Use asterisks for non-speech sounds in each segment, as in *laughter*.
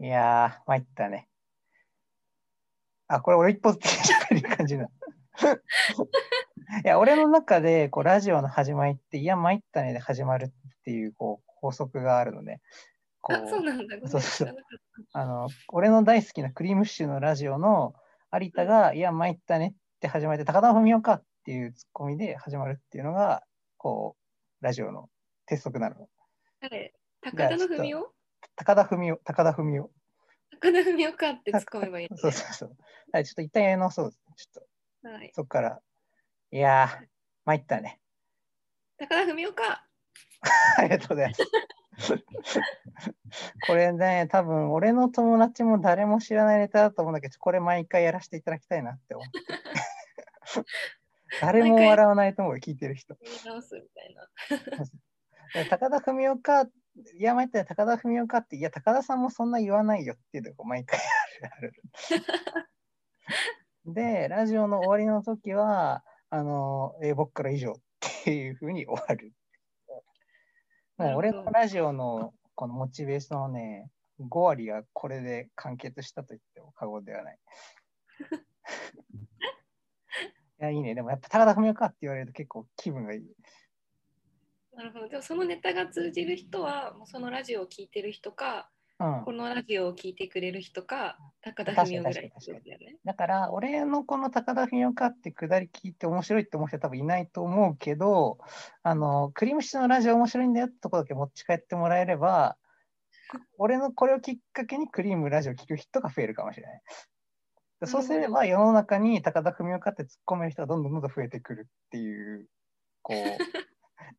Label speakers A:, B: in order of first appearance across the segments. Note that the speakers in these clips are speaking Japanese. A: いやー、参ったね。あ、これ俺一歩ずつ喋る感じ *laughs* だ。いや、俺の中で、こう、ラジオの始まりって、いや、参ったねで始まるっていう、こう、法則があるので、こ
B: あ、そうなんだ。ごめん
A: そうそう
B: 知らなかっ
A: あの、俺の大好きなクリームシチューのラジオの有田が、いや、参ったねって始まって、高田文雄かっていうツッコミで始まるっていうのが、こう、ラジオの鉄則なの。
B: た誰高
A: じゃあ
B: 田
A: ち
B: の
A: ょっと
B: 文雄
A: 高田文雄、高田文雄。
B: 高田文雄かって突っ込めばいいの
A: そう
B: ね。
A: そうそう。はい、ちょっと一旦やり直そうです。ちょっ
B: はい
A: と、、そこから。いやー、参ったね。 *laughs*
B: 高田文雄か。
A: ありがとうございます。 *laughs* これね、多分俺の友達も誰も知らないネタだと思うんだけど、これ毎回やらせていただきたいなって思って。 *laughs* 誰も笑わないと思うよ、聞いてる人。
B: 見直すみたいな。
A: 高田文雄か、いや、参ったね、高田文雄かって、いや、高田さんもそんな言わないよっていうのが毎回ある。で、ラジオの終わりの時は、あの、えー僕から以上っていうふうに終わる。だから俺のラジオのこのモチベーションのね、5割がこれで完結したと言っても過言ではない。いや、いいね。でもやっぱ高田文雄かって言われると結構気分がいい。
B: なるほど。でもそのネタが通じる人は、もうそのラジオを聞いてる人か、
A: うん
B: こ。のラジオを聞いてくれる人か、高田文雄ぐらいってことだよね。
A: だから、俺のこの高田文夫かって下り聞いて面白いって思う人は多分いないと思うけど、あの、クリームシチューのラジオ面白いんだよってとこだけ持ち帰ってもらえれば、俺のこれをきっかけにクリームラジオ聞く人が増えるかもしれない。そうすれば世の中に高田文夫かって突っ込める人がどんどんどんどん増えてくるっていう、こう、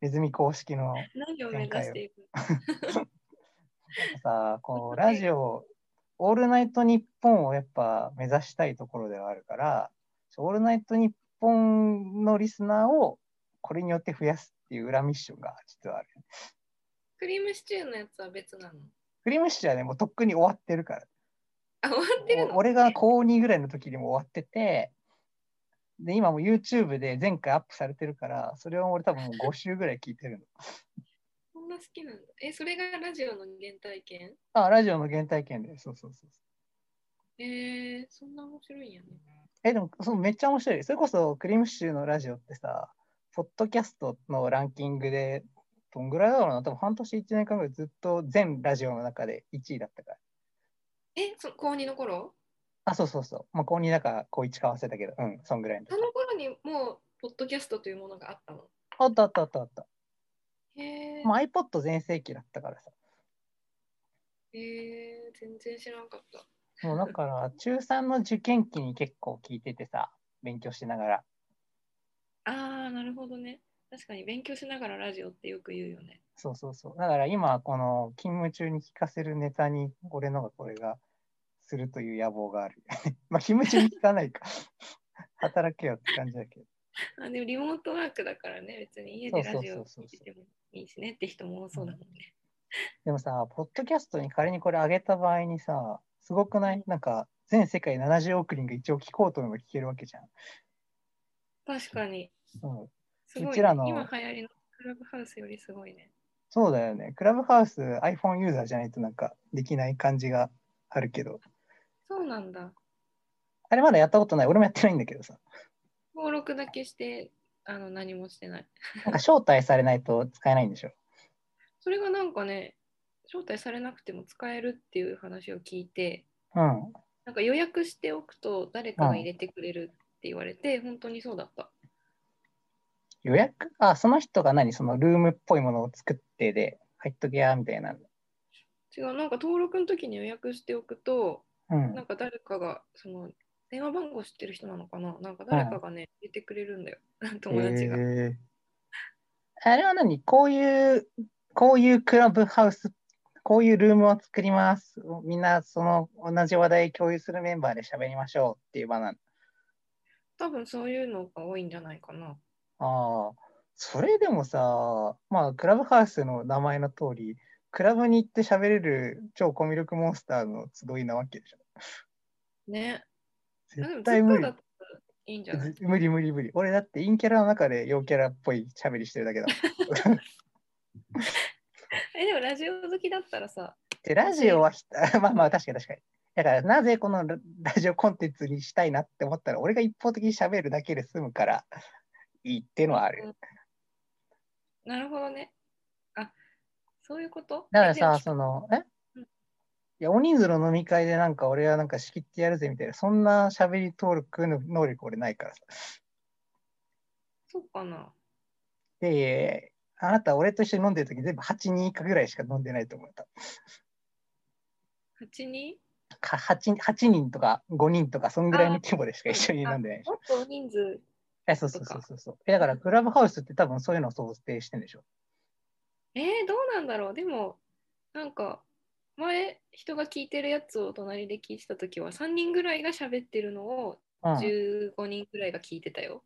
A: ネズミ公式の
B: 何を目指していく
A: さこうラジオ「オールナイトニッポン」をやっぱ目指したいところではあるから「オールナイトニッポン」のリスナーをこれによって増やすっていう裏ミッションが実はある。
B: クリームシチューのやつは別なの
A: クリームシチューはねもうとっくに終わってるから
B: あ、終わってるの
A: お俺が高2ぐらいの時にもう終わっててで今も YouTube で前回アップされてるからそれを俺多分もう5週ぐらい聞いてるの。
B: こんな好きなんだ。え、それがラジオの原体験
A: あラジオの原体験でそうそうそうそう。
B: えー、そんな面白いんやね。
A: え、でも、そう、めっちゃ面白い。それこそ、クリームシチューのラジオってさ、ポッドキャストのランキングで、どんぐらいだろうな、多分半年、1年間ぐらいずっと全ラジオの中で1位だったから。
B: え、そ高2の頃
A: あ、そうそうそう。まあ、高2だから高1か忘れたけど、うん、そんぐらいの
B: あ。の頃にもう、ポッドキャストというものがあったの。
A: あったあったあったあった。
B: へー
A: まあ、iPod 全盛期だったからさ。
B: えー、全然知らなかった。
A: もうだから、中3の受験期に結構聞いててさ、勉強しながら。
B: あー、なるほどね。確かに勉強しながらラジオってよく言うよね。 *laughs*
A: そうそうそう。だから今、この勤務中に聞かせるネタに、俺のがこれがするという野望がある。 *laughs* まあ、勤務中に聞かないか。 *laughs* 働けよって感じだけど。
B: あでもリモートワークだからね、別に家でラジ
A: そ
B: オ
A: うそうそうそう
B: 聞いててもいいしねって人も多そうだもんね。
A: でもさ、ポッドキャストに仮にこれ上げた場合にさ、すごくないなんか、全世界70億人が一応聞こうというのが聞けるわけじゃん。
B: 確かに。
A: うん、
B: すごい、
A: う
B: ね。
A: ちらの
B: 今流行りのクラブハウスよりすごいね。
A: そうだよね。クラブハウス iPhone ユーザーじゃないとなんかできない感じがあるけど。
B: そうなんだ。
A: あれまだやったことない。俺もやってないんだけどさ。
B: 登録だけして、あの何もしてない。
A: なんか招待されないと使えないんでしょ。
B: それがなんかね、招待されなくても使えるっていう話を聞いて、
A: うん。
B: なんか予約しておくと誰かが入れてくれるって言われて、本当にそうだった。
A: 予約あ、その人が何そのルームっぽいものを作ってで、入っとけや、みたいな。
B: 違う、なんか登録の時に予約しておくと、
A: うん。
B: なんか誰かが、その電話番号知ってる人なのかななんか誰かがね、入れてくれるんだよ。友達が。
A: へーあれは何こういう、こういうクラブハウス、こういうルームを作ります。みんなその同じ話題共有するメンバーで喋りましょうっていう場なの。
B: 多分そういうのが多いんじゃないかな。
A: ああ、それでもさ、まあ、クラブハウスの名前の通り、クラブに行って喋れる超コミュ力モンスターの集いなわけでしょ。
B: ね。あでも
A: 絶対無理
B: ツイッターだ。ったらいいんじゃない
A: *laughs* 無理無理無理。俺だって陰キャラの中で陽キャラっぽい
B: *laughs*
A: 喋りしてるだけだもん。
B: えでもラジオ好きだったらさ、
A: でラジオはひ *laughs* まあまあ確かに確かに。だからなぜこのララジオコンテンツにしたいなって思ったら俺が一方的に喋るだけで済むからいいっていうのはある。
B: なるほどね。あそういうこと
A: だから
B: えでも
A: さ、その、え
B: うん
A: いや、大人数の飲み会でなんか俺はなんか仕切ってやるぜみたいな、そんな喋り登録の能力俺ないからさ。
B: そうかな。
A: で、あなた俺と一緒に飲んでる時全部8人以下ぐらいしか飲んでないと思った。
B: 8人
A: か 8, 8人とか5人とか、そんぐらいの規模でしか一緒に飲んでないでしょ。
B: もっと人数。
A: えそうそうそうそうそう。えだからクラブハウスって多分そういうのを想定してるんでしょ。
B: えー、どうなんだろうでも、なんか、前、人が聞いてるやつを隣で聞いてたときは、3人ぐらいが喋ってるのを
A: うん、
B: 15人ぐらいが聞いてたよ。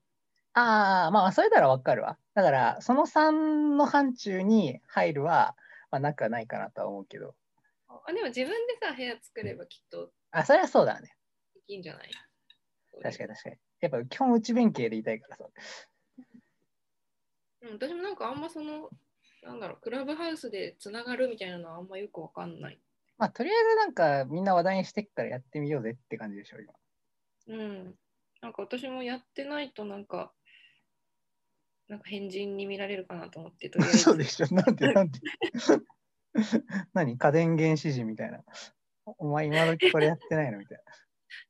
A: ああ、まあそれならわかるわ。だからその3の範疇に入るは、まあ、なくはないかなとは思うけど。
B: あでも自分でさ、部屋作ればきっと
A: あ、それはそうだね。
B: できんじゃない
A: 確かに
B: に。
A: 確かに。やっぱ基本内弁慶で言いたいからさ。
B: うん、私もなんかあんまその、なんだろう、クラブハウスでつながるみたいなのはあんまよくわかんない。
A: まあとりあえずなんかみんな話題にしてっからやってみようぜって感じでしょ、今。
B: うん。なんか私もやってないとなんか、なんか変人に見られるかなと思って、とりあえず。
A: *laughs* そうで *laughs* しょ。なんてなんて。何家電原始人みたいな。お前今時これやってないのみたい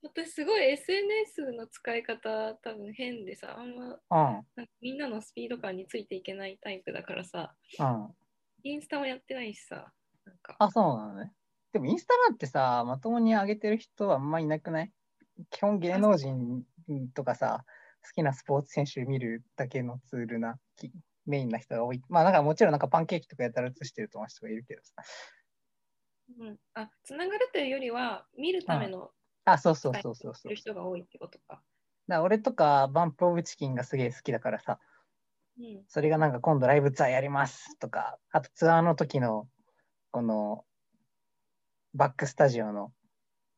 B: 私すごい SNS の使い方多分変でさあんま
A: な。
B: なんかみんなのスピード感についていけないタイプだからさ
A: うん。うん。
B: インスタもやってないしさなんか
A: あ、そうなのね。でもインスタなんてさ、まともに上げてる人はあんまいなくない基本芸能人とかさ、好きなスポーツ選手見るだけのツールなきメインな人が多い。まあなんかもちろんなんかパンケーキとかやたら写してると思う人がいるけどさ。
B: うん、あつながるというよりは見るための
A: あ、そうそうそうそう
B: す
A: そう。だか
B: る人が多いってことか。
A: ら俺とか、バンプ・オブ・チキンがすげえ好きだからさ、
B: うん、
A: それがなんか今度ライブツアーやりますとか、あとツアーの時の、この、バックスタジオの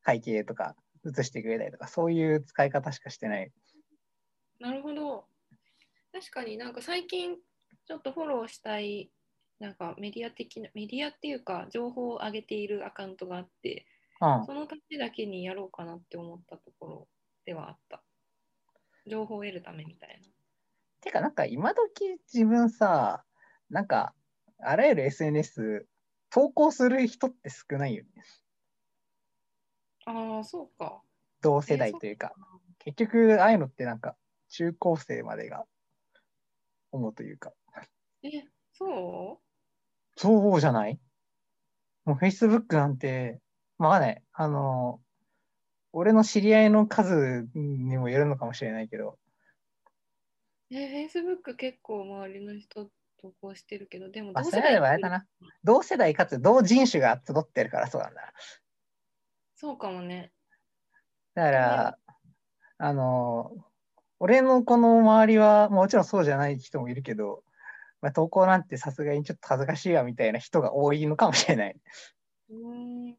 A: 背景とか映してくれたりとか、そういう使い方しかしてない。
B: なるほど。確かになんか最近ちょっとフォローしたいなんかメディア的なメディアっていうか情報を上げているアカウントがあって
A: うん。
B: そのためだけにやろうかなって思ったところではあった。情報を得るためみたい
A: てか、なんか今時自分さ、なんか、あらゆる SNS、投稿する人って少ないよね。
B: な。ああ、そうか。
A: 同
B: え
A: 世
B: ー
A: 代というか。。結局、ああいうのってなんか、中高生までが、思うというか。
B: そうえ、そ
A: そうじゃないもう Facebook なんて、まあわかんない。あの、俺の知り合いの数にもよるのかもしれないけど、
B: うえ、Facebook 結構周りの人投稿してるけど、でも
A: あ、
B: 同
A: そ
B: 世
A: れよ
B: 代
A: りはあれだな。同世代かつ同人種が集ってるからそうなんだな。
B: そうかもね。
A: だから、あの、俺のこの周りは、もちろんそうじゃない人もいるけど、まあ、投稿なんてさすがにちょっと恥ずかしいわみたいな人が多いのかもしれない。
B: うーん。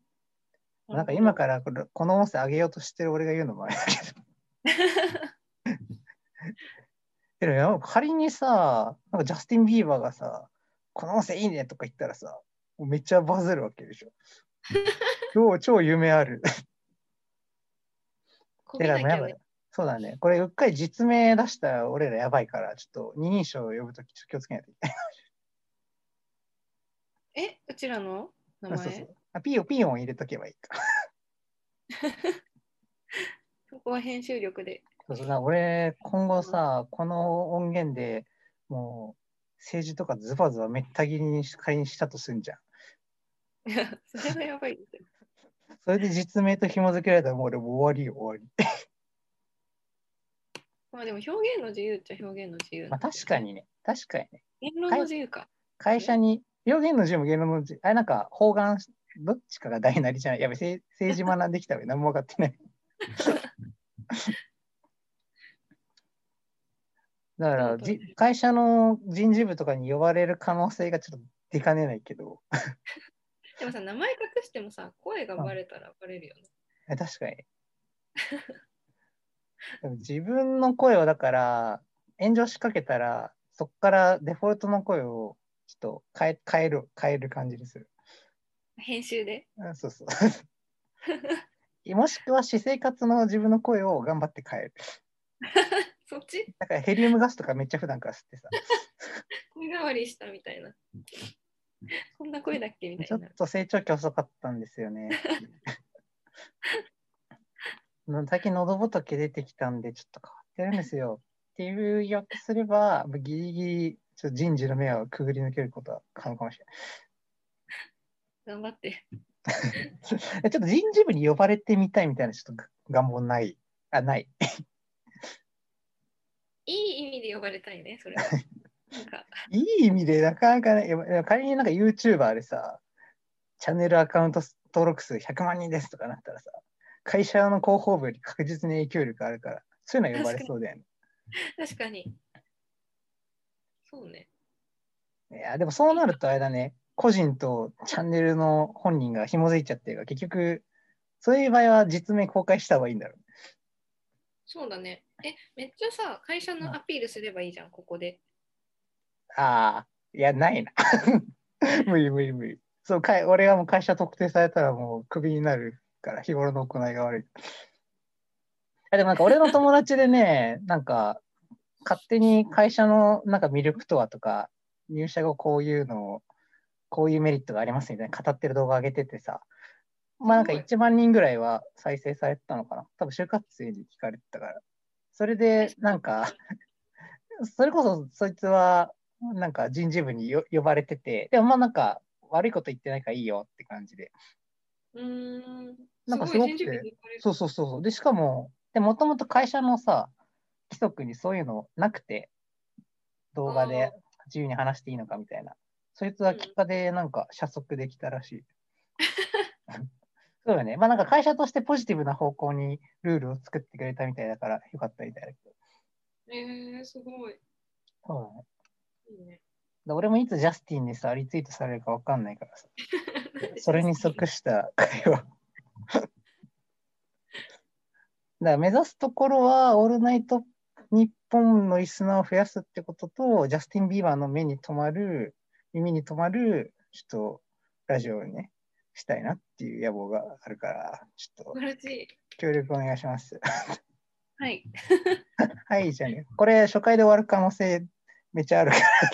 A: なんか今
B: *laughs* ら。
A: からこれこの音声上げようとしてる俺が言うのもあれだけど。でもなんか仮にさ、なんかジャスティン・ビーバーがさ、この音声いいねとか言ったらさ、もうめっちゃバズるわけ
B: *laughs*
A: でしょ。超、超夢ある。
B: こび
A: て
B: な
A: か
B: き
A: もうや
B: ゃ
A: ば
B: ね
A: い。そうだね。これ、うっかり実名出したら俺らやばいから、ちょっと二人称を呼ぶときちょっと気をつけないといけ
B: え、うちらの名
A: ない。
B: 前
A: そうそうあピーヨン、ピーヨン入れとけばいいか。 *laughs*
B: そこは編集力で。 *laughs*
A: そうそうだから俺、今後さ、この音源でもう政治とかズバズバめった切りにし仮にしたとすんじゃん。
B: それがやばいですよ。
A: それで実名と紐付けられたらもう俺もう終わりよ、終わり。
B: まあでも表現の自由っちゃ表現の自由。
A: まあ確か。にね、確かにね。
B: 言論の自由か。
A: 会社に、表現の自由も言論の自由、あれなんか方眼、どっちかが大なりじゃない。やべ、せい政治学んできた *laughs* わ何も分かってない。だからじ会社の人事部とかに呼ばれる可能性がちょっと出かねないけど、
B: でもさ、名前隠してもさ、声がバレたらバレるよね。
A: え確かに。 *laughs* でも自分の声をだから、炎上しかけたら、そこからデフォルトの声をちょっと変え変える、変える感じにする。
B: 編集で。
A: うんそうそう *laughs* もしくは私生活の自分の声を頑張って変える
B: そっち
A: だからヘリウムガスとかめっちゃ普段から吸ってさ
B: 声変わりしたみたいな。 *laughs* こんな声だっけみ
A: ち
B: た
A: ょっ
B: いな。
A: と成長期遅かったんですよね。 *laughs* うん最近喉仏出てきたんでちょっと変わってるんですよ。っていう予約すればギリギリちょっと人事の目をくぐり抜けることは可能かもしれ
B: 頑張って。
A: ない。ちょっと人事部に呼ばれてみたいみたいなちょっと願望ない。あ、ない。
B: いい意味で呼ばれたいね、そ *laughs* れは。なんか、
A: いい意味でなかなかね、やっぱ仮になんか YouTuber でさ、チャンネルアカウント登録数100万人ですとかなったらさ、会社の広報部より確実に影響力あるから、そういうのは呼ばれそうだよね。
B: 確かに。そうね。
A: いや、でもそうなるとあれだね、個人とチャンネルの本人が紐づいちゃってるから、結局、そういう場合は実名公開した方がいいんだろうね。
B: そうだね。え、めっちゃさ、会社のアピールすればいいじゃん、ここで。
A: ああ、いや、ない *laughs* な。無理無理無理。そうかい俺がもう会社特定されたらもうクビになるから、日頃の行いが悪い。あでもなんか俺の友達でね、 *laughs* なんか勝手に会社のなんか魅力とはとか、入社後こういうのを、こういうメリットがありますみたいな語ってる動画上げててさ、まあなんか
B: すごい
A: 1万人ぐらいは再生されてたのかな。多分就活生に聞かれてたから。それでなんか、 *laughs* それこそそいつはなんか人事部によ呼ばれてて、でもまあなんか悪いこと言ってないからいいよって感じで。
B: うーん。
A: なんか
B: すごい
A: すごくて
B: 人事部に行かれる
A: そうそうそうそう。で、しかも、で、もともと会社のさ、規則にそういうのなくて、動画
B: あー
A: で自由に話していいのかみたいな。そいつは結果でなんか、社則できたらしい。そうよね。まあなんか会社としてポジティブな方向にルールを作ってくれたみたいだから、よかったみたいだけど。
B: えー、すごい。
A: そうだね。
B: いいね。 *laughs*
A: で俺もいつジャスティンにさ、リツイートされるかわかんないからさ、それに
B: *laughs*
A: 即した会話。だ *laughs* から目指すところは、オールナイト日本のリスナーを増やすってことと、ジャスティン・ビーバーの目に留まる、耳に留まる、ちょっとラジオをね、したいなっていう野望があるから、ちょっ
B: 素
A: と
B: 晴らしい。
A: 協力お願いします。
B: はい。
A: はい、じゃあね、これ初回で終わる可能性めっちゃあるから、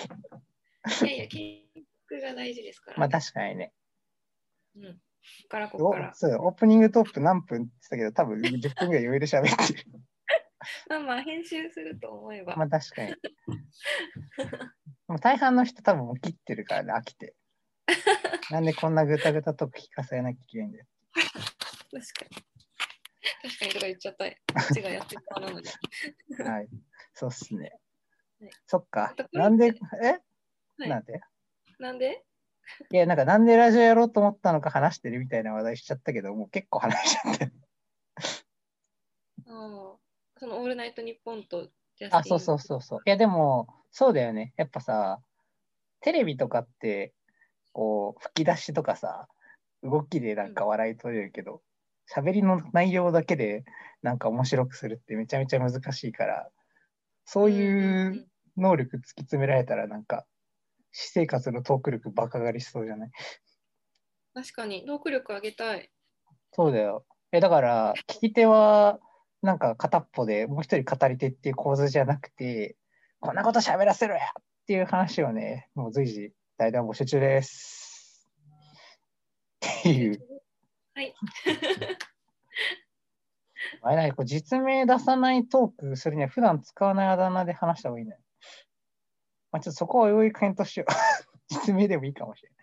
B: いやいや、結局が大事ですから。
A: まあ確かにね。
B: うん。こっからこ
A: お
B: っから。
A: そうよオープニングトップ何分って言ったけど、多分10分ぐらい余裕で喋って
B: *laughs*
A: る。
B: まあまあ、編集すると思えば。
A: まあ確かに。もう大半の人多分もう切ってるからね、飽き
B: *laughs*
A: て。なんでこんなぐたぐたトーク聞かされなきゃいけないんだよ。
B: 確かに。確かにとか言っちゃった。こっちがやってる側なので。
A: はい。そうっすね
B: はい。
A: そっか
B: とこ。ろ
A: な
B: で
A: んで、
B: は
A: え
B: い
A: なんで
B: なんで
A: いや、なんかなんでラジオやろうと思ったのか話してるみたいな話題しちゃったけど、もう結構話しちゃって。
B: あーそのオールナイトニッポンとジャスティン
A: あ、そうそうそうそう。いや、でも、そうだよね。やっぱさ、テレビとかって、こう、吹き出しとかさ、動きでなんか笑い取れるけど、喋りの内容だけでなんか面白くするってめちゃめちゃ難しいから、そうい
B: んん
A: う能力突き詰められたらなんか、私生活のトーク力バカがりしそうじゃない
B: うん確かに、トーク力上げたい。
A: そうだよ。え、だから、聞き手は、なんか片っぽで、もう一人語り手っていう構図じゃなくて、こんなこと喋らせろやっていう話をね、もう随時、大々募集中です。っていう。
B: はい。
A: あれだね、こう実名出さないトークするには、普段使わないあだ名で話した方がいいね。まあ、ちょっとそこをよい検討しよう。 *laughs* 実名でもいいかもしれない。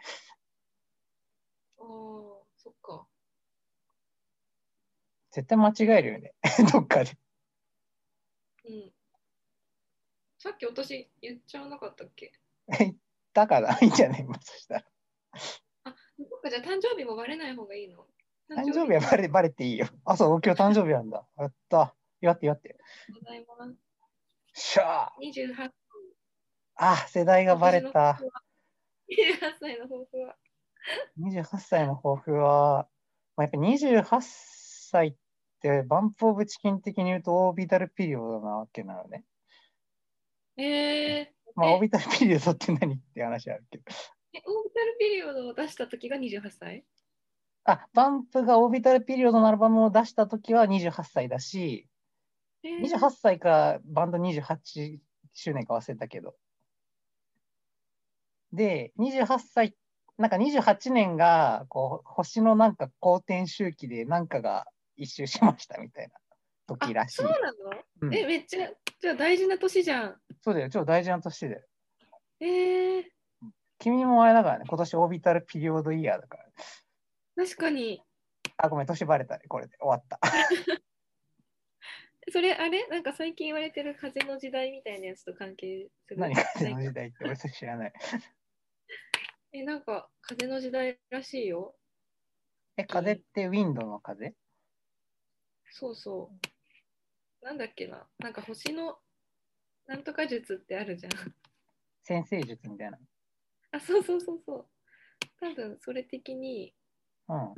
B: ああ、そっか。
A: 絶対間違えるよね。 *laughs* どっかで。
B: うん。さっき私言っちゃわなかったっけ
A: だから、いいんじゃない *laughs* まあそしたら。
B: そっか、じゃあ誕生日もバレない方がいいの
A: 誕生日はバレバレていいよ。あ、そう、今日誕生日なんだ。やった。祝って祝って。
B: ございます。
A: しゃあ。
B: 28
A: あ、世代がバレた。
B: 28歳の抱負は。
A: 28歳の抱負は、まあ、やっぱ28歳って、バンプオブチキン的に言うとオービタルピリオドなわけなのね。
B: えー、
A: まあ、
B: え
A: オービタルピリオドって何って話あるけど。
B: えオービタルピリオドを出した時が28歳
A: あ、バンプがオービタルピリオドのアルバムを出した時は28歳だし、
B: えー
A: 28歳かバンド28周年か忘れたけど。で、28歳、なんか28年が、こう、星のなんか好転周期でなんかが一周しましたみたいな時ら
B: あ
A: しい
B: そう。な
A: う
B: の、
A: ん
B: えめっちゃじゃあ大事な年じゃん
A: そうだよ、超大事な年だよ。
B: えー、
A: 君もあれだからね、今年オービタルピリオドイヤーだから。
B: 確かに
A: あ、ごめん、年バレたね、これで終わった。 *laughs*
B: それあれなんか最近言われてる風の時代みたいなやつと関係する
A: 何か風の時代って俺それ知らない。
B: えなんか風の時代らしいよ
A: え、風ってウィンドの風
B: そうそうなんだっけななんか星のなんとか術ってあるじゃん *laughs*
A: 先生術みたいな。
B: あそうそうそうそう多分それ的に
A: うん。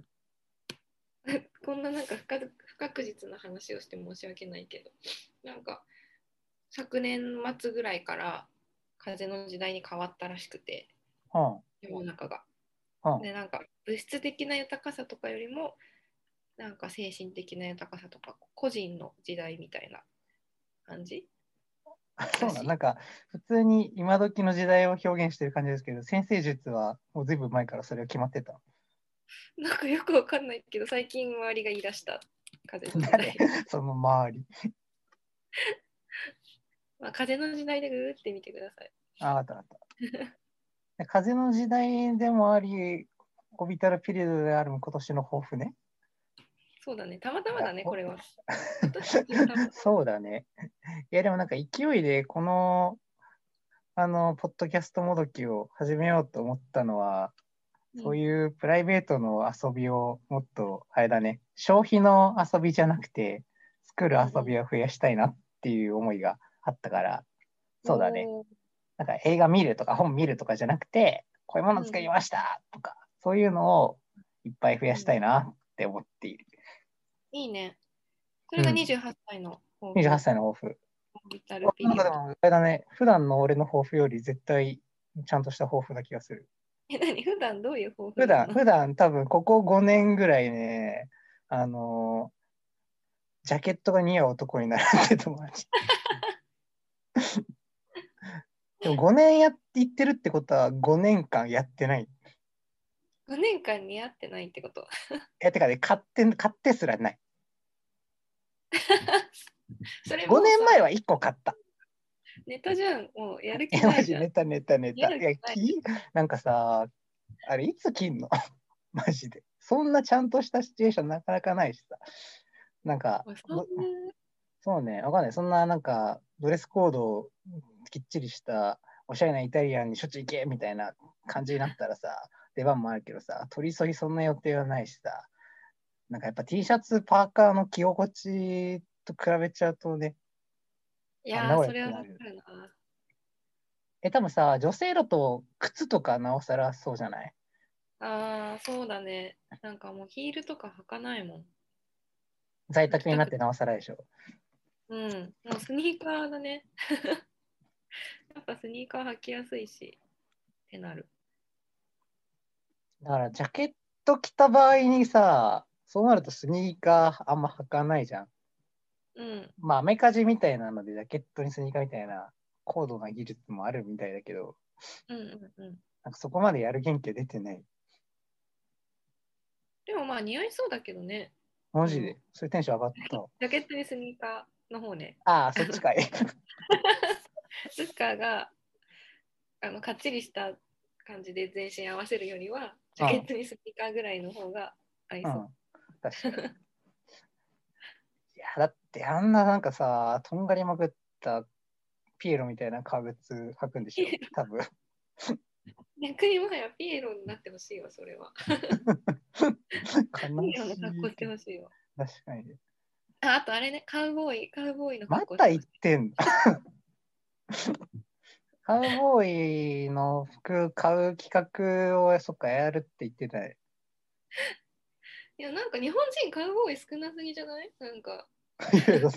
B: こんななんか不確不確実な話をして申し訳ないけどなんか昨年末ぐらいから風の時代に変わったらしくて
A: うん。
B: 世の中が。
A: うん
B: でなんか物質的な豊かさとかよりもなんか精神的な豊かさとか個人の時代みたいな感じ *laughs*
A: *laughs* そうなんなんか普通に今時の時代を表現してる感じですけど先生術はもうずいぶん前からそれは決まってた *laughs*
B: なんかよくわかんないけど最近周りが言い出した風の時
A: 誰
B: 代
A: その周 *laughs* り
B: まあ風の時代でグーって見てください
A: ああったあった風の時代でもありオビタルピリオドである今年の抱負ね
B: そうだねたまたまだね
A: あ
B: これは私たまたま
A: *laughs* そうだねいやでもなんか勢いでこのあのポッドキャストもどきを始めようと思ったのは *laughs* そういうプライベートの遊びをもっと、あれだね、消費の遊びじゃなくて、作る遊びを増やしたいなっていう思いがあったから、そうだね。
B: おー
A: なんか映画見るとか本見るとかじゃなくて、こういうもの作りましたとか、そういうのをいっぱい増やしたいなって思っている。
B: いいねそれが
A: うん
B: 28歳の抱負
A: 28歳の抱負。
B: オービタルピリ
A: な
B: オ
A: んか
B: ド
A: でも、あれだね、普段の俺の抱負より絶対ちゃんとした抱負な気がする。
B: *laughs* え何普段どういう抱負
A: 普
B: な
A: 段
B: の
A: 普段多分ここ5年ぐらいね、あのージャケットが似合う男になるって友達。
B: *laughs*
A: でも5年やっていってるってことは5年間やってない。
B: 5年間似合ってないってこと
A: え、てかね、買って、買ってすらない。
B: それも
A: 5
B: う
A: 年
B: さ
A: 前は1個買った。
B: ネタじゃんもうやる
A: *laughs*
B: 気
A: え、
B: な
A: マ
B: いじ
A: ジ
B: ゃん
A: ネタネタネタ。
B: やる
A: い
B: 気な
A: や
B: い、
A: きなんかさ、あれいつ切んの *laughs* マジで。そんなちゃんとしたシチュエーションなかなかないしさ。なんか、
B: もうそんな
A: そうね、わかんない。そんななんか、ドレスコードをきっちりした、おしゃれなイタリアンにしょっちゅう行けみたいな感じになったらさ、出番もあるけどさ、取り急ぎそんな予定はないしさ、なんかやっぱ T シャツ、パーカーの着心地と比べちゃうとね、
B: いや
A: あんな
B: ー
A: こ
B: そ
A: と
B: れ
A: や
B: は
A: って
B: わ
A: な
B: か
A: い
B: るな
A: え、多分さ、女性だと靴とかなおさらそうじゃない
B: あーそうだねなんかもうヒールとか履かないもん
A: 在宅になってなおさらでしょ。
B: うんもうスニーカーだね *laughs* やっぱスニーカー履きやすいしってなる
A: だから、ジャケット着た場合にさ、そうなるとスニーカーあんま履かないじゃん。
B: うん
A: まあ、アメカジみたいなので、ジャケットにスニーカーみたいな高度な技術もあるみたいだけど、
B: うんうんうん
A: なんかそこまでやる元気は出てない。
B: でもまあ似合いそうだけどね
A: マジで、
B: うん
A: そういうテンション上がったわ。
B: ジャケットにスニーカーの方ね
A: *laughs* ああ、そっちか
B: *laughs*
A: い。
B: スッカーがあのかっちりした感じで全身合わせるよりはジャケットにスニーカーぐらいの方が合いうそ
A: ん
B: う、、
A: 確かに。いや、だってあんななんかさ、とんがりまくったピエロみたいな革靴履くんでしょ
B: ピエロ、
A: 多
B: *laughs*
A: 分。
B: 逆にもはやピエロになってほしいわ、それは。ピエロの格好
A: 悲
B: し
A: してい。
B: ほしいわ。
A: 確かに。
B: ああとあれね、カウボーイ、カウボーイの
A: ま
B: 格好
A: た
B: して
A: 言っ
B: ほしい
A: て
B: *laughs*
A: んのカウボーイの服買う企画をそっかやるって言ってた
B: *laughs*
A: ね。
B: いや、なんか日本人カウボーイ少なすぎじゃないなんか、
A: いやいや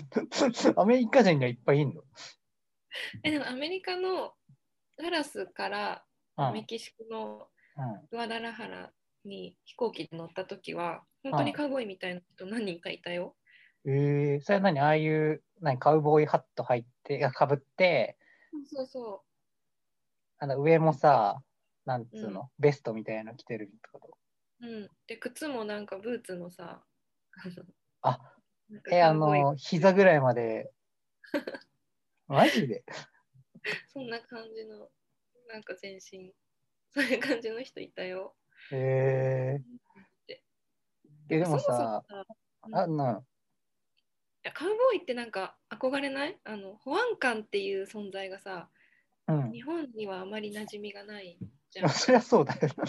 A: アメリカ人がいっぱいいんの。
B: え、でもアメリカのガラスから
A: う
B: メ
A: ん、
B: キシコの
A: うん
B: グアダラハラに飛行機で乗った時は本当にカウボーイみたいな人何人かいたよ。
A: えー、それは何ああいう何カウボーイハット入ってかぶって
B: そうそ
A: あの上もさなんつうの、ベストみたいなの着てるってこと
B: う。うん、で靴もなんかブーツのさあの
A: あ
B: なんか
A: えあ
B: カウボーイ
A: の膝ぐらいま
B: *laughs*
A: でマジで
B: そんな感じのなんか全身そういう感じの人いたよ。
A: えー、えでも
B: そもそ
A: さ
B: もさうん
A: あの
B: いやカウボーイってなんか憧れないあの保安官っていう存在がさ
A: うん
B: 日本にはあまり馴染みがないじゃ
A: ま *laughs*
B: ん
A: あそりゃそうだよな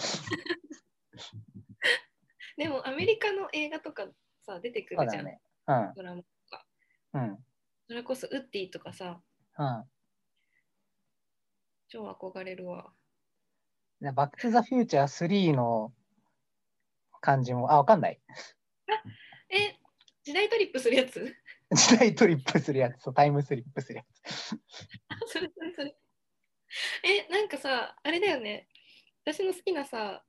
B: でもアメリカの映画とかさ出てく
A: そう
B: るじ
A: だ
B: ゃん、
A: ねうん
B: ドラマとか
A: うん
B: それこそウッディとかさ
A: うん
B: 超憧れるわ
A: でバック・トゥ・ザ・フューチャー3の感じもあわかんない
B: え時代トリップするやつ *laughs*
A: 時代トリップするやつそうタイムスリップするやつ
B: あそれそれそれえなんかさあれだよね私の好きなさ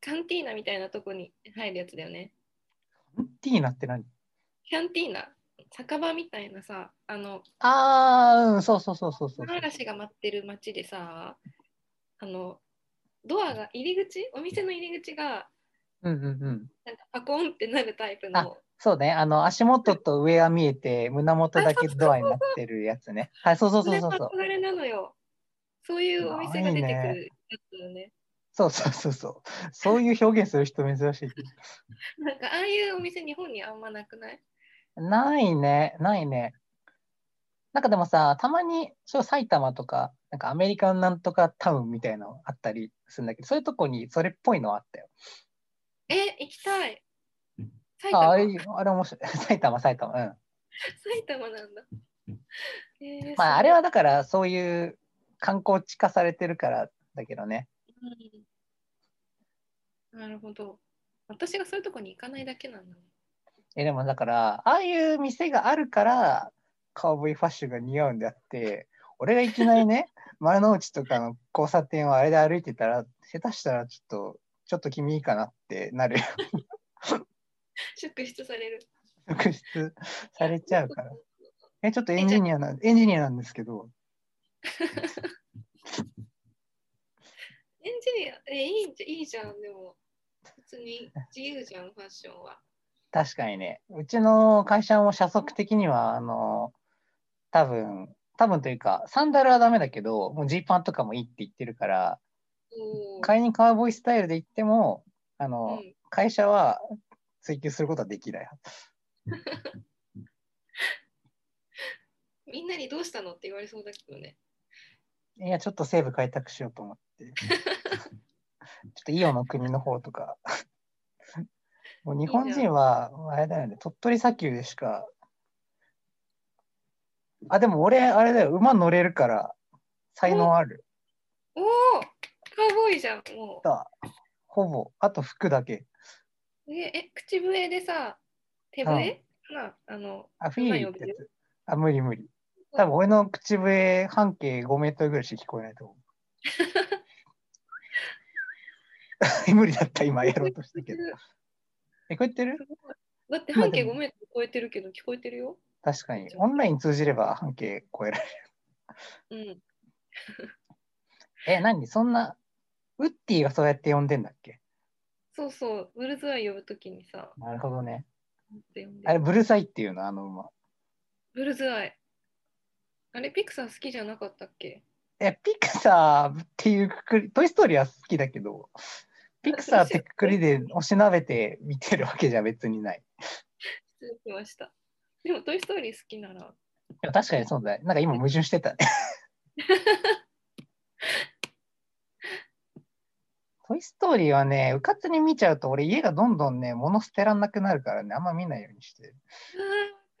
B: カンティーナみたいなとこに入るやつだよね
A: ティーナって何
B: キャンティーナ酒場みたいなさあの
A: ああうんそうそうそうそうそう
B: 嵐が待ってる街でさあのドアが入り口お店の入り口が
A: うんうんうん
B: なんかパコンってなるタイプ
A: あ
B: の
A: そうねあの足元と上は見えて胸元だけドアになってるやつねはいそうそうそうそうそう
B: それが憧れなのよそういうお店が出てくるやつよね
A: そうそうそうそう。そういう表現する人珍しい。
B: なんかああいうお店日本にあんまなくない
A: ないね、ないね。なんかでもさ、たまにそう埼玉とか、なんかアメリカンなんとかタウンみたいなのあったりするんだけど、そういうとこにそれっぽいのあったよ。
B: え行きたい埼
A: あ
B: 玉
A: あれ、あれ面白い。 *laughs* 埼玉、埼玉。うん。
B: 埼玉なんだ、 *laughs* えー
A: まあ、あ
B: そう
A: れはだからそういう観光地化されてるからだけどね。
B: うんなるほど私がそういうとこに行かないだけなんだね
A: え、でもだから、ああいう店があるから、カウボーイファッションが似合うんであって、俺がいきなり
B: *laughs*
A: ね、丸の内とかの交差点をあれで歩いてたら、下手したらちょっと、ちょっと君いいかなってなる。
B: 祝出される
A: 特質されちゃうから。え、ちょっとエンジニアなんエンジニアなんですけど、
B: エンジニア、え、いいんじゃいいじゃん、でも、別に自由じゃん、ファッションは。
A: 確かにね、うちの会社も社則的には、あの、多分、多分というか、サンダルはダメだけど、もうジーパンとかもいいって言ってるから、
B: おー
A: 仮にカウボーイスタイルで行っても、あ
B: う
A: の、
B: ん、
A: 会社は追求することはできない。
B: みんなにどうしたのって言われそうだけどね。
A: いや、ちょっと西部開拓しようと思って。ちょっとイオの国の方とか。もう日本人は、あれだよね、鳥取砂丘でしか。あ、でも俺、あれだよ、馬乗れるから、才能ある。
B: おおカウボーイじゃん、も
A: ほぼ、あと服だけ。
B: う。え、え口笛でさ、手笛かなあの、
A: あ、フィーリーってやつ。あ、無理無理。
B: うん
A: 多分俺の口笛、半径5メートルぐらいしか聞こえないと思う。無理だった、今やろうとしたけど。え、こうやってる
B: すごいだって
A: まあ
B: 半径
A: でも
B: 5メートル超えてるけど、聞こえてるよ。
A: 確かに。オンライン通じれば半径超えられる。 *laughs*
B: うん。
A: え、何そんな、ウッディがそうやって呼んでんだっけ
B: そうそう、ブルズアイ呼ぶときにさ、
A: なるほどね。
B: なんて呼んで
A: あ
B: る
A: れ、ブルーサイっていうの、あの馬。
B: ブルズアイ。あれ、ピクサー好きじゃなかったっけ
A: え、ピクサーっていうくくり、トイ・ストーリーは好きだけど、ピクサーってくくりでおしなべて見てるわけじゃ別にない。
B: 失礼しました。でも、トイ・ストーリー好きなら、
A: でも *laughs* 確かにそうだね。なんか今矛盾してたね。 *laughs* トイ・ストーリーはね、うかつに見ちゃうと、俺家がどんどんね、物捨てらんなくなるからね、あんま見ないようにしてる。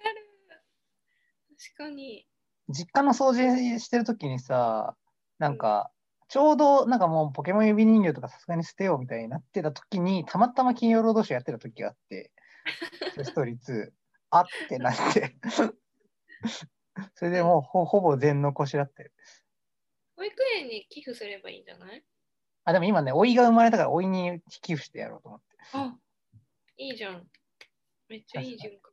B: あーわかる。確かに。
A: 実家の掃除してるときにさ、なんか、ちょうど、なんかもうポケモン指人形とかさすがに捨てようみたいになってたときに、たまたま金曜ロードショーやってたときがあ *laughs* って、トイストーリー2、あってなって、それでもうほほぼ全残しだったよ。
B: 保育園に寄付すればいいんじゃない
A: あ、でも今ね、老いが生まれたから、老いに引き付してやろうと思って。
B: あ、いいじゃん。めっちゃいい循環。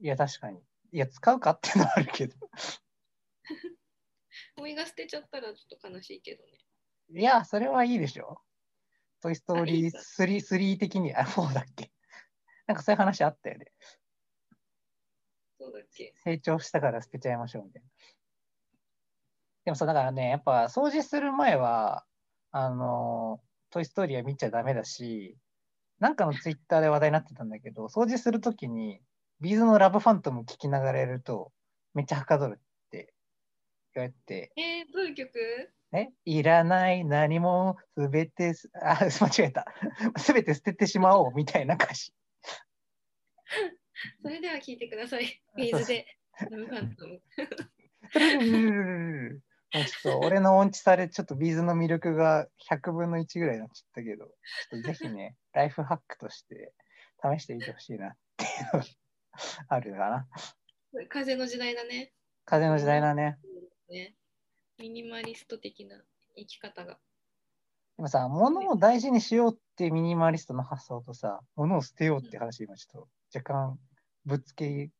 A: いや、確かに。いや、使うかっていうのはあるけど。
B: おいが捨てちゃったらちょっと悲しいけどね。
A: いや、それはいいでしょ。トイ・ストーリー3、3的に、あ、4だっけ。なんかそういう話あったよね。
B: そうだっけ
A: 成長したから捨てちゃいましょうみたいな。でもさ、だからね、やっぱ掃除する前は、あの、トイ・ストーリーは見ちゃダメだし、なんかのツイッターで話題になってたんだけど、掃除するときに、ビーズのラブファントム聞きながらやると、めっちゃはかどるって言われて、
B: *laughs* えー、どういう曲
A: えいらない何もすべてす、あ、 *laughs* 間違えた。すべて捨ててしまおうみたいな歌詞。
B: それでは聴いてくださ *laughs* い。ビーズで。ラブファントム
A: *laughs* トゥルルルルルルルもうちょっと俺の音痴さでちょっとビーズの魅力が100分の1ぐらいになっちゃったけど、ちょっとぜひね、ライフハックとして試してみてほしいなっていうのがあるかな。
B: 風の時代だね。
A: 風の時代だね。
B: ね。ミニマリスト的な生き方が。
A: でもさ、物を大事にしようっていうミニマリストの発想とさ、物を捨てようって話、今ちょっと若干ぶっつけ、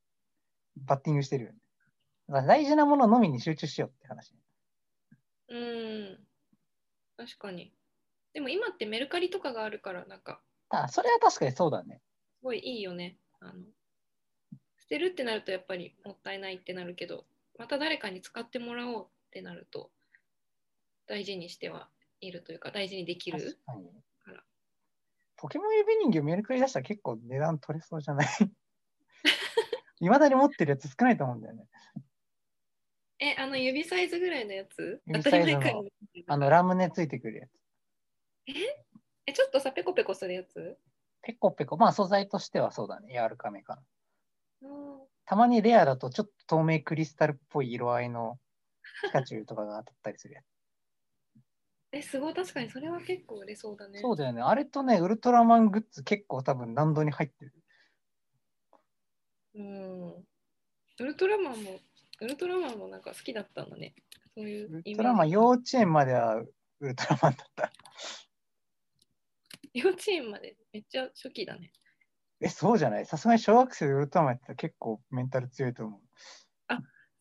A: バッティングしてるよね。だから大事なもののみに集中しようって話。
B: うん。確かに。でも今ってメルカリとかがあるから、なんか、
A: あ、それは確かにそうだね。
B: すごいいいよね。あの捨てるってなるとやっぱりもったいないってなるけど、また誰かに使ってもらおうってなると、大事にしてはいるというか、大事にできる。
A: 確かに
B: あら
A: ポケモン指人形メルカリ出したら結構値段取れそうじゃない *laughs* いまだに持ってるやつ少ないと思うんだよね。
B: え、あの指サイズぐらいのやつ
A: 指サイズの
B: 当たり前か
A: あの、ラムネついてくるやつ。
B: え、ちょっとさ、ペコペコするやつ
A: ペコペコ。まあ素材としてはそうだね。柔らかめかな。
B: あー
A: たまにレアだとちょっと透明クリスタルっぽい色合いのピカチュウとかが当たったりするや
B: え、すごい、確かにそれは結構売れそうだ *laughs* ね。
A: つ。そうだよね。あれとね、ウルトラマングッズ結構多分難度に入ってる。
B: うん。ウルトラマンも、ウルトラマンもなんか好きだったんだね。そういう
A: ウ
B: イメージ
A: ルトラマン幼稚園まではウルトラマンだった。
B: 幼稚園までめっちゃ初期だね。
A: え、そうじゃないさすがに小学生でウルトラマンやってたら結構メンタル強いと思う。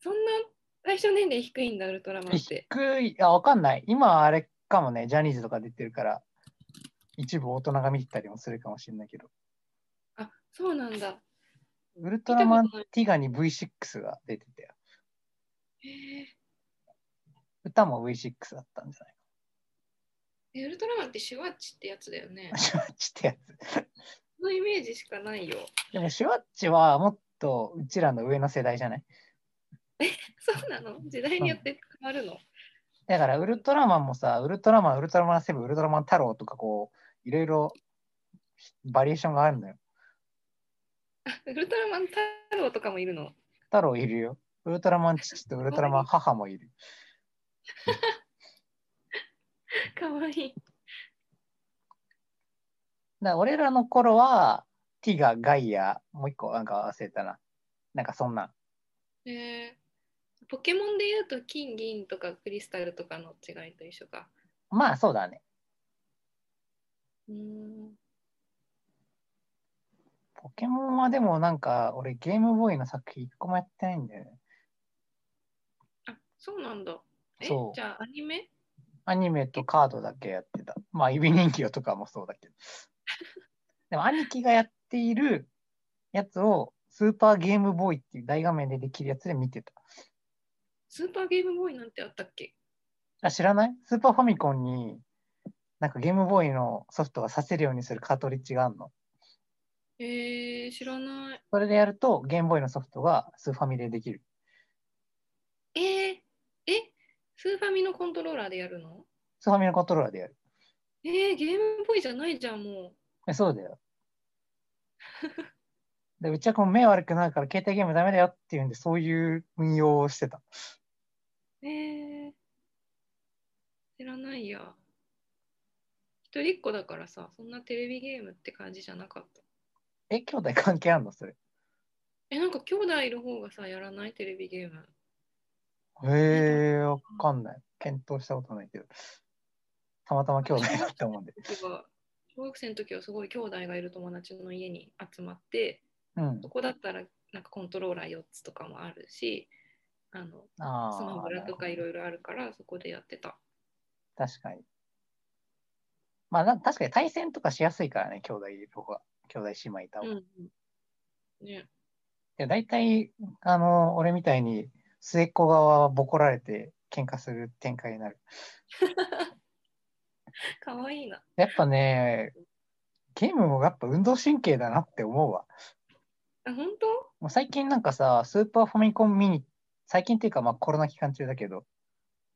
B: そんな対象年齢低いんだ、ウルトラマンって。
A: 低い、あ、わかんない。今あれかもね、ジャニーズとか出てるから、一部大人が見たりもするかもしれないけど、
B: あ、そうなんだ。
A: ウルトラマン
B: 見たことない
A: ティガに V6 が出てたよ。
B: へ
A: 歌も V6 だったんじゃない
B: ええウルトラマンってシュワッチってやつだよね
A: かな。。シュワッチってやつ。
B: そのイメージしかないよ。
A: でもシュワッチはもっとうちらの上の世代じゃない
B: そうなの時代によって変わるの。
A: だからウルトラマンもさ、ウルトラマン、ウルトラマンセブン、ウルトラマン太郎とかこう、いろいろバリエーションがあるのよ。
B: あウルトラマン太郎とかもいるの。
A: 太郎いるよ。ウルトラマン父とウルトラマン母もいる。
B: かわいい。
A: だから俺らの頃は、ティガ、ガイア、もう一個なんか忘れたな。なんかそんな。
B: えーポケモンで言うと金銀とかクリスタルとかの違いと一緒か。
A: まあそうだね。
B: うーん。
A: ポケモンはでもなんか、俺ゲームボーイの作品一個もやってないんだよね。
B: あ、そうなんだ。え、じ
A: そう
B: ゃあアニメ
A: アニメとカードだけやってた。まあ、指人形とかもそうだけど。 *laughs* でも兄貴がやっているやつを、スーパーゲームボーイっていう大画面でできるやつで見てた。
B: スーパーゲームボーイなんてあったっけ
A: あ、知らないスーパーファミコンに、なんかゲームボーイのソフトがさせるようにするカートリッジがあるの。
B: えー、知らない。
A: それでやると、ゲームボーイのソフトがスーファミでできる。
B: えー、えスーファミのコントローラーでやるの
A: スーファミのコントローラーでやる。
B: えー、ゲームボーイじゃないじゃん、も
A: えそう
B: *laughs*
A: だよ。でうちはこう目悪くなるから携帯ゲームダメだよっていうんで、そういう運用をしてた。
B: う。えー、知らないや。一人っ子だからさ、そんなテレビゲームって感じじゃなかった。
A: え、兄弟関係あんのそれ。
B: え、なんか兄弟いる方がさ、やらないテレビゲーム。
A: へえ、わかんない。検討したことないけど。たまたま兄弟だと思うんで。
B: 僕は小学生の時はすごい兄弟がいる友達の家に集まって
A: うん
B: そ。こだったらなんかコントローラー4つとかもあるしあの
A: あ
B: スマブラと
A: あ、
B: かいろいろあるからそこでやってた。
A: 確かに。まあ、な確かに対戦とかしやすいからね、兄弟いる方が、兄弟姉妹いた方
B: う
A: が。
B: んうんね、
A: で大体、あの、俺みたいに末っ子側はボコられて喧嘩する展開になる。
B: かわいいな。
A: やっぱね、ゲームもやっぱ運動神経だなって思うわ。
B: あ本当
A: もう最近なんかさ、スーパーファミコンミニ、最近っていうかまあコロナ期間中だけど、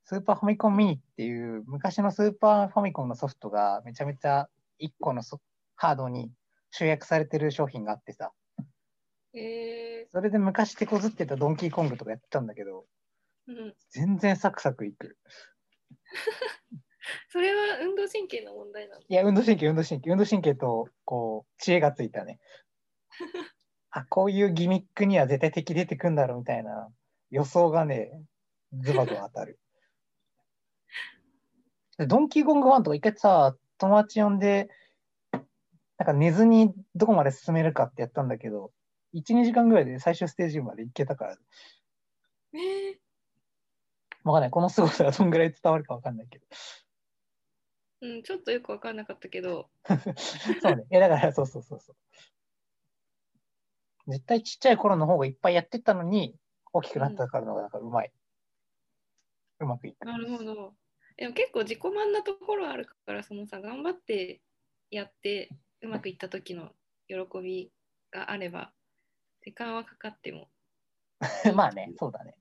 A: スーパーファミコンミニっていう昔のスーパーファミコンのソフトがめちゃめちゃ1個のソハードに集約されてる商品があってさ、
B: え
A: それで昔手こずってたドンキーコングとかやってたんだけど、
B: ーうん、
A: 全然サクサクいく。
B: それは運動神経の問題なの。
A: いや、運動神経、運動神経、運動神経と、こう、知恵がついたね。あ、こういうギミックには絶対敵出てくんだろうみたいな予想がね、ズバズバ当たる。でドンキーコング1とか一回さ、友達呼んで、なんか寝ずにどこまで進めるかってやったんだけど、1、2時間ぐらいで最終ステージまで行けたから、
B: えー
A: わかんない。この凄さがどんぐらい伝わるかわかんないけど。
B: うん、ちょっとよく分かんなかったけど、
A: そうね。いや、だから、そうそうそうそう。絶対ちっちゃい頃の方がいっぱいやってたのに、大きくなったからの方が、だからうまい。うまくいく。
B: なるほど。でも結構自己満なところあるから、そのさ、頑張ってやって、うまくいった時の喜びがあれば、時間はかかっても。
A: *laughs* まあね、そうだね。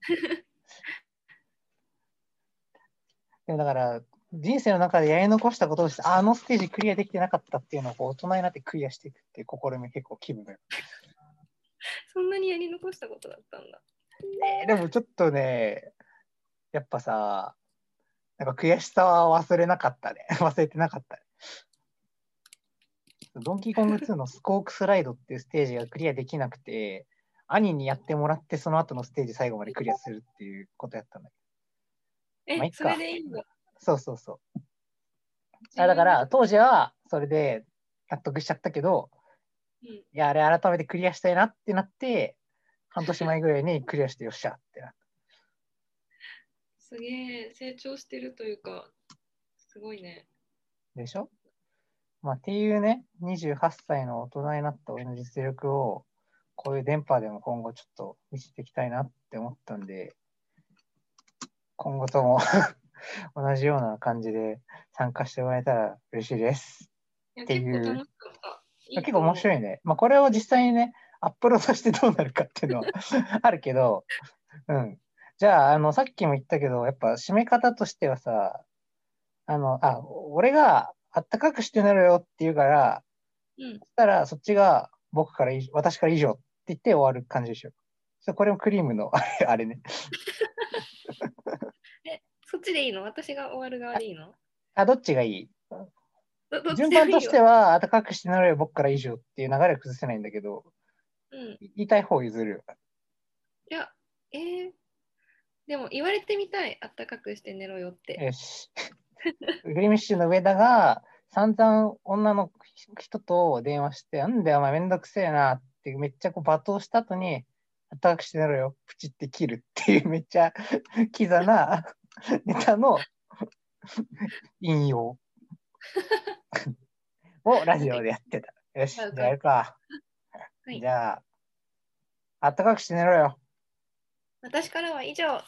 A: でもだから、人生の中でやり残したこととして、ああのステージクリアできてなかったっていうのをこう大人になってクリアしていくっていう試み結構気分がよ
B: そんなにやり残したことだったんだ。
A: えーでもちょっとね、やっぱさ、なんか悔しさは忘れなかったね。 *laughs* 忘れてなかった、ね。ドンキーコング2のスコークスライドっていうステージがクリアできなくて、兄にやってもらって、その後のステージ最後までクリアするっていうことやったんだけ
B: え
A: まあいっ、
B: そ
A: か
B: れでいいんだ。
A: ど。そうそうそう。あだから、当時はそれで納得しちゃったけど、
B: うん、
A: いや、あれ改めてクリアしたいなってなって、半年前ぐらいにクリアしてよっしゃってなった。
B: すげえ、成長してるというか、すごいね。
A: でしょまあ、っていうね、28歳の大人になった俺の実力を、こういう電波でも今後ちょっと見せていきたいなって思ったんで、今後とも *laughs* 同じような感じで参加してもらえたら嬉しいです。
B: いや
A: ってい
B: 結
A: う
B: 構楽しかった。いい
A: 結構面
B: い。
A: 白いね。まあ、これを実際にね、アップロードしてどうなるかっていうの
B: *laughs*
A: はあるけど、うん。じゃあ、あの、さっきも言ったけど、やっぱ締め方としてはさ、あの、あ、俺があったかくしてなるよって言うから、
B: うん、
A: そしたら、そっちが僕から以上、私から以上って言って終わる感じでしょ。そうこれもクリームの *laughs* あれあれね。
B: そっちでいいの私が終わる側でいいの
A: あ、どっちがいい
B: どどっちで
A: 順
B: もいいよ
A: 番としては、あったかくしてなるよ、僕から以上っていう流れを崩せないんだけど、
B: うん。い
A: い言いたい方を譲るよ。
B: や、えーでも言われてみたい。あったかくして寝ろよって。
A: よし。グリムッシュの上田が散々女の人と電話して、なんでお前めんどくせえなってめっちゃこう罵倒した後に、あったかくしてなろよ、プチって切るっていうめっちゃ *laughs* キザな *laughs* ネタの引
B: *laughs*
A: 用をラジオでやってた。よし、じゃあやるか。
B: はい
A: じゃあ、あったかくして寝ろよ。
B: 私からは以上。